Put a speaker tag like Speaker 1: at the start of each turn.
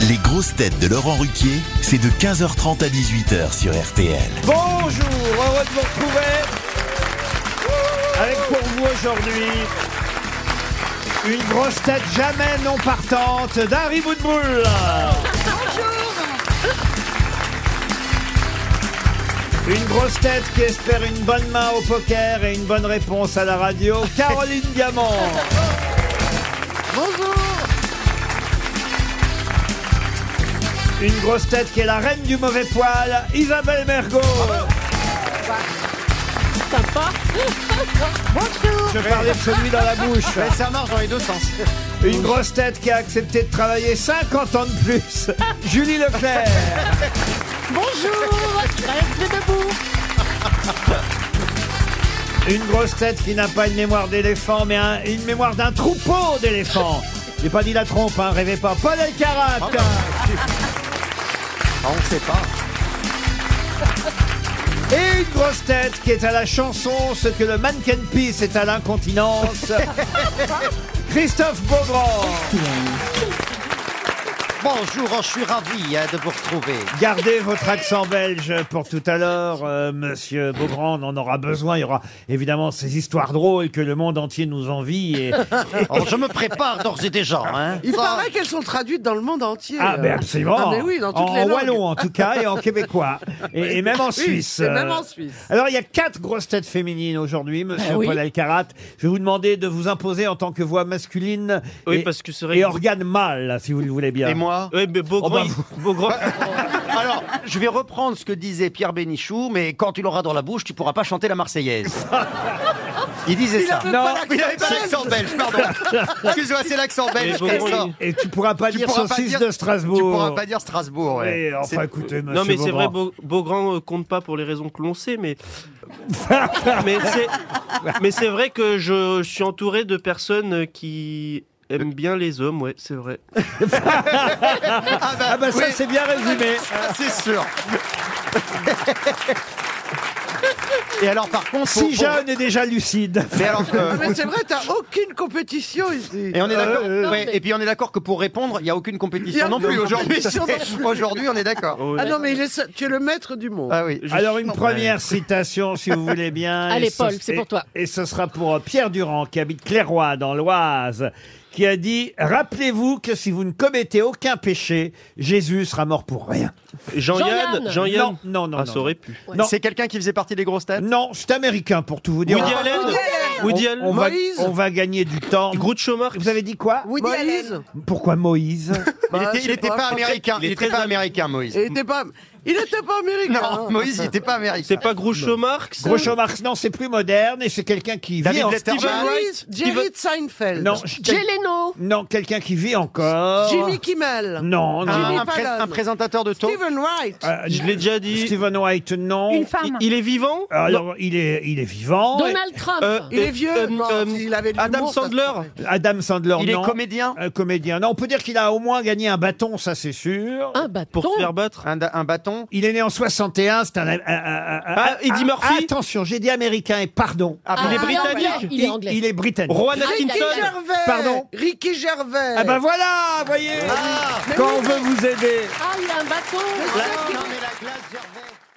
Speaker 1: Les grosses têtes de Laurent Ruquier, c'est de 15h30 à 18h sur RTL.
Speaker 2: Bonjour, heureux de vous retrouver avec pour vous aujourd'hui une grosse tête jamais non partante d'Harry Boudboul. Une grosse tête qui espère une bonne main au poker et une bonne réponse à la radio, Caroline Diamant. Bonjour. Une grosse tête qui est la reine du mauvais poil, Isabelle Mergot.
Speaker 3: Sympa. Bonjour.
Speaker 2: Je parlais de celui dans la bouche.
Speaker 4: Mais ça marche dans les deux sens.
Speaker 2: Une grosse tête qui a accepté de travailler 50 ans de plus, Julie Leclerc.
Speaker 3: Bonjour. Reste debout.
Speaker 2: Une grosse tête qui n'a pas une mémoire d'éléphant, mais un- une mémoire d'un troupeau d'éléphants. J'ai pas dit la trompe, hein, rêvez pas. Paul Elkarat.
Speaker 4: Ah, on sait pas.
Speaker 2: Et une grosse tête qui est à la chanson ce que le mannequin Peace est à l'incontinence. Christophe Beaugrand.
Speaker 4: Bonjour, oh, je suis ravi hein, de vous retrouver.
Speaker 2: Gardez votre accent belge pour tout à l'heure, euh, monsieur Beaugrand. On en aura besoin. Il y aura évidemment ces histoires drôles que le monde entier nous envie. Et...
Speaker 4: Oh, je me prépare d'ores et déjà. Hein.
Speaker 5: Il
Speaker 4: Ça-
Speaker 5: paraît qu'elles sont traduites dans le monde entier.
Speaker 2: Ah, mais absolument.
Speaker 5: Ah, mais oui, dans toutes
Speaker 2: en
Speaker 5: les langues.
Speaker 2: wallon, en tout cas, et en québécois. Et, et même en
Speaker 5: Oui,
Speaker 2: Suisse.
Speaker 5: et même
Speaker 2: euh.
Speaker 5: en Suisse.
Speaker 2: Alors, il y a quatre grosses têtes féminines aujourd'hui, monsieur
Speaker 3: oui.
Speaker 2: Paul Alcarat. Je vais vous demander de vous imposer en tant que voix masculine.
Speaker 6: Oui,
Speaker 2: et,
Speaker 6: parce que c'est vrai.
Speaker 2: Et organe mâle, si vous le voulez bien.
Speaker 4: Et moi
Speaker 6: Oui, mais beau
Speaker 2: Oh,
Speaker 6: grand,
Speaker 2: bah,
Speaker 6: il- beau grand-
Speaker 4: Alors, je vais reprendre ce que disait Pierre Bénichou, mais quand tu l'auras dans la bouche, tu pourras pas chanter la Marseillaise. Il disait ça.
Speaker 5: avait
Speaker 2: Non,
Speaker 5: pas
Speaker 4: Il
Speaker 5: l'accent
Speaker 4: avait pas
Speaker 5: belge.
Speaker 4: l'accent belge, pardon. Excuse-moi, c'est l'accent belge.
Speaker 6: Mais bon,
Speaker 4: qu'elle
Speaker 6: oui.
Speaker 4: sort.
Speaker 2: Et tu pourras pas
Speaker 4: Tu
Speaker 2: dire
Speaker 4: pourras pas
Speaker 2: saucisse
Speaker 4: dire-
Speaker 2: de Strasbourg.
Speaker 4: Tu pourras pas dire Strasbourg, ouais.
Speaker 2: Mais enfin,
Speaker 6: C'est-
Speaker 2: écoutez, monsieur
Speaker 6: Non, mais c'est vrai,
Speaker 2: Beaugrand.
Speaker 6: Beau- Beaugrand euh, compte pas pour les raisons que l'on sait, mais. mais c'est mais c'est vrai que je, je suis entouré de personnes qui aiment bien les hommes, ouais, c'est vrai.
Speaker 4: Ah bah,
Speaker 2: Ah bah ça,
Speaker 4: oui, Ah,
Speaker 2: c'est bien résumé.
Speaker 4: c'est sûr. Et alors, par contre, faut-
Speaker 2: Si
Speaker 4: faut-
Speaker 2: jeune et déjà lucide.
Speaker 4: Mais alors, euh,
Speaker 5: Ah, Mais c'est vrai, t'as aucune compétition ici.
Speaker 4: Et on est d'accord.
Speaker 2: Euh,
Speaker 3: euh,
Speaker 4: ouais,
Speaker 3: non, mais-
Speaker 4: Et puis on est d'accord que pour répondre, il n'y a aucune compétition
Speaker 5: Il y a
Speaker 4: non plus
Speaker 5: aucune
Speaker 4: aujourd'hui.
Speaker 5: compétition non plus.
Speaker 4: aujourd'hui, on est d'accord.
Speaker 6: Ouais.
Speaker 5: Ah non, mais il est se- tu es le maître du monde.
Speaker 4: Ah oui.
Speaker 6: Je-
Speaker 2: Alors une première citation, si vous voulez bien.
Speaker 3: Allez,
Speaker 2: Et ce-
Speaker 3: Paul, c'est pour
Speaker 2: et-
Speaker 3: toi.
Speaker 2: Et ce sera pour euh, Pierre Durand, qui habite Clairoy, dans l'Oise, qui a dit « Rappelez-vous que si vous ne commettez aucun péché, Jésus sera mort pour rien.
Speaker 6: Jean-Yann,
Speaker 3: Jean-Yann.
Speaker 6: Jean-Yann.
Speaker 2: Non, non, non,
Speaker 6: Ah,
Speaker 2: non.
Speaker 6: ça aurait pu.
Speaker 2: Non.
Speaker 4: C'est quelqu'un qui faisait partie des grosses têtes.
Speaker 2: Non, c'est américain, pour tout vous dire.
Speaker 6: Woody
Speaker 2: On-
Speaker 6: Allen. Woody Allen.
Speaker 2: on, va,
Speaker 5: Moïse.
Speaker 2: on va gagner du temps.
Speaker 6: Groot Schumacher.
Speaker 2: Vous avez dit quoi
Speaker 5: Woody Allen.
Speaker 2: Pourquoi Moïse
Speaker 4: Il
Speaker 5: Bah,
Speaker 4: était-
Speaker 5: je
Speaker 4: il
Speaker 5: sais
Speaker 4: n'était
Speaker 5: pas.
Speaker 4: pas, américain.
Speaker 6: Il est
Speaker 4: Il n'était
Speaker 6: très
Speaker 4: pas
Speaker 6: am-
Speaker 4: américain, Moïse.
Speaker 5: Il était pas, il était pas américain.
Speaker 4: Non,
Speaker 5: hein.
Speaker 4: Moïse, il n'était pas américain.
Speaker 6: C'est pas Groucho Marx
Speaker 2: Groucho Marx, non, c'est plus moderne et c'est quelqu'un qui vit
Speaker 4: David
Speaker 2: en...
Speaker 4: Letterman.
Speaker 6: Steven
Speaker 5: Jerry,
Speaker 6: Wright.
Speaker 5: Jerry Seinfeld.
Speaker 2: Non,
Speaker 3: Jay
Speaker 2: quel-
Speaker 3: Leno.
Speaker 2: non quelqu'un qui vit
Speaker 6: Oh. Ah.
Speaker 2: encore.
Speaker 5: Jimmy Kimmel.
Speaker 2: Non, non.
Speaker 4: Un-
Speaker 5: Jimmy
Speaker 4: Ah, un, pré-
Speaker 5: Fallon.
Speaker 4: un présentateur de talk.
Speaker 5: Stephen Wright.
Speaker 2: Euh,
Speaker 6: Je l'ai déjà dit.
Speaker 2: Stephen White, non.
Speaker 6: Il, il est vivant
Speaker 2: Alors, il est, il est vivant.
Speaker 3: Donald Trump.
Speaker 6: Euh,
Speaker 5: il
Speaker 6: euh,
Speaker 5: est vieux.
Speaker 6: euh,
Speaker 5: Non,
Speaker 6: euh,
Speaker 5: il avait de
Speaker 6: Adam
Speaker 5: l'humour, ça se
Speaker 6: Sandler.
Speaker 5: trouvait.
Speaker 2: Adam Sandler,
Speaker 4: Il est
Speaker 2: non.
Speaker 4: comédien.
Speaker 2: Un comédien. Non, on peut dire qu'il a au moins gagné un bâton, ça c'est sûr.
Speaker 3: un bâton.
Speaker 6: Pour se faire battre.
Speaker 4: Un, da- un bâton.
Speaker 2: Il est né en 61, c'est un... un- un- un-
Speaker 6: Ah, Eddie
Speaker 2: un-
Speaker 6: Murphy.
Speaker 2: Attention, j'ai dit américain et pardon.
Speaker 4: Ah,
Speaker 3: Ah,
Speaker 6: il est
Speaker 3: anglais.
Speaker 6: britannique.
Speaker 3: Il est anglais.
Speaker 2: Il est britannique.
Speaker 6: Rowan
Speaker 3: il a-
Speaker 5: Ricky
Speaker 6: Atkinson.
Speaker 5: Gervais.
Speaker 2: Pardon
Speaker 5: Ricky Gervais.
Speaker 2: Ah ben voilà, voyez
Speaker 4: Ah,
Speaker 2: Quand on veut vous aider.
Speaker 3: Ah, il a un bâton.
Speaker 4: bah, la- non, mais la glace,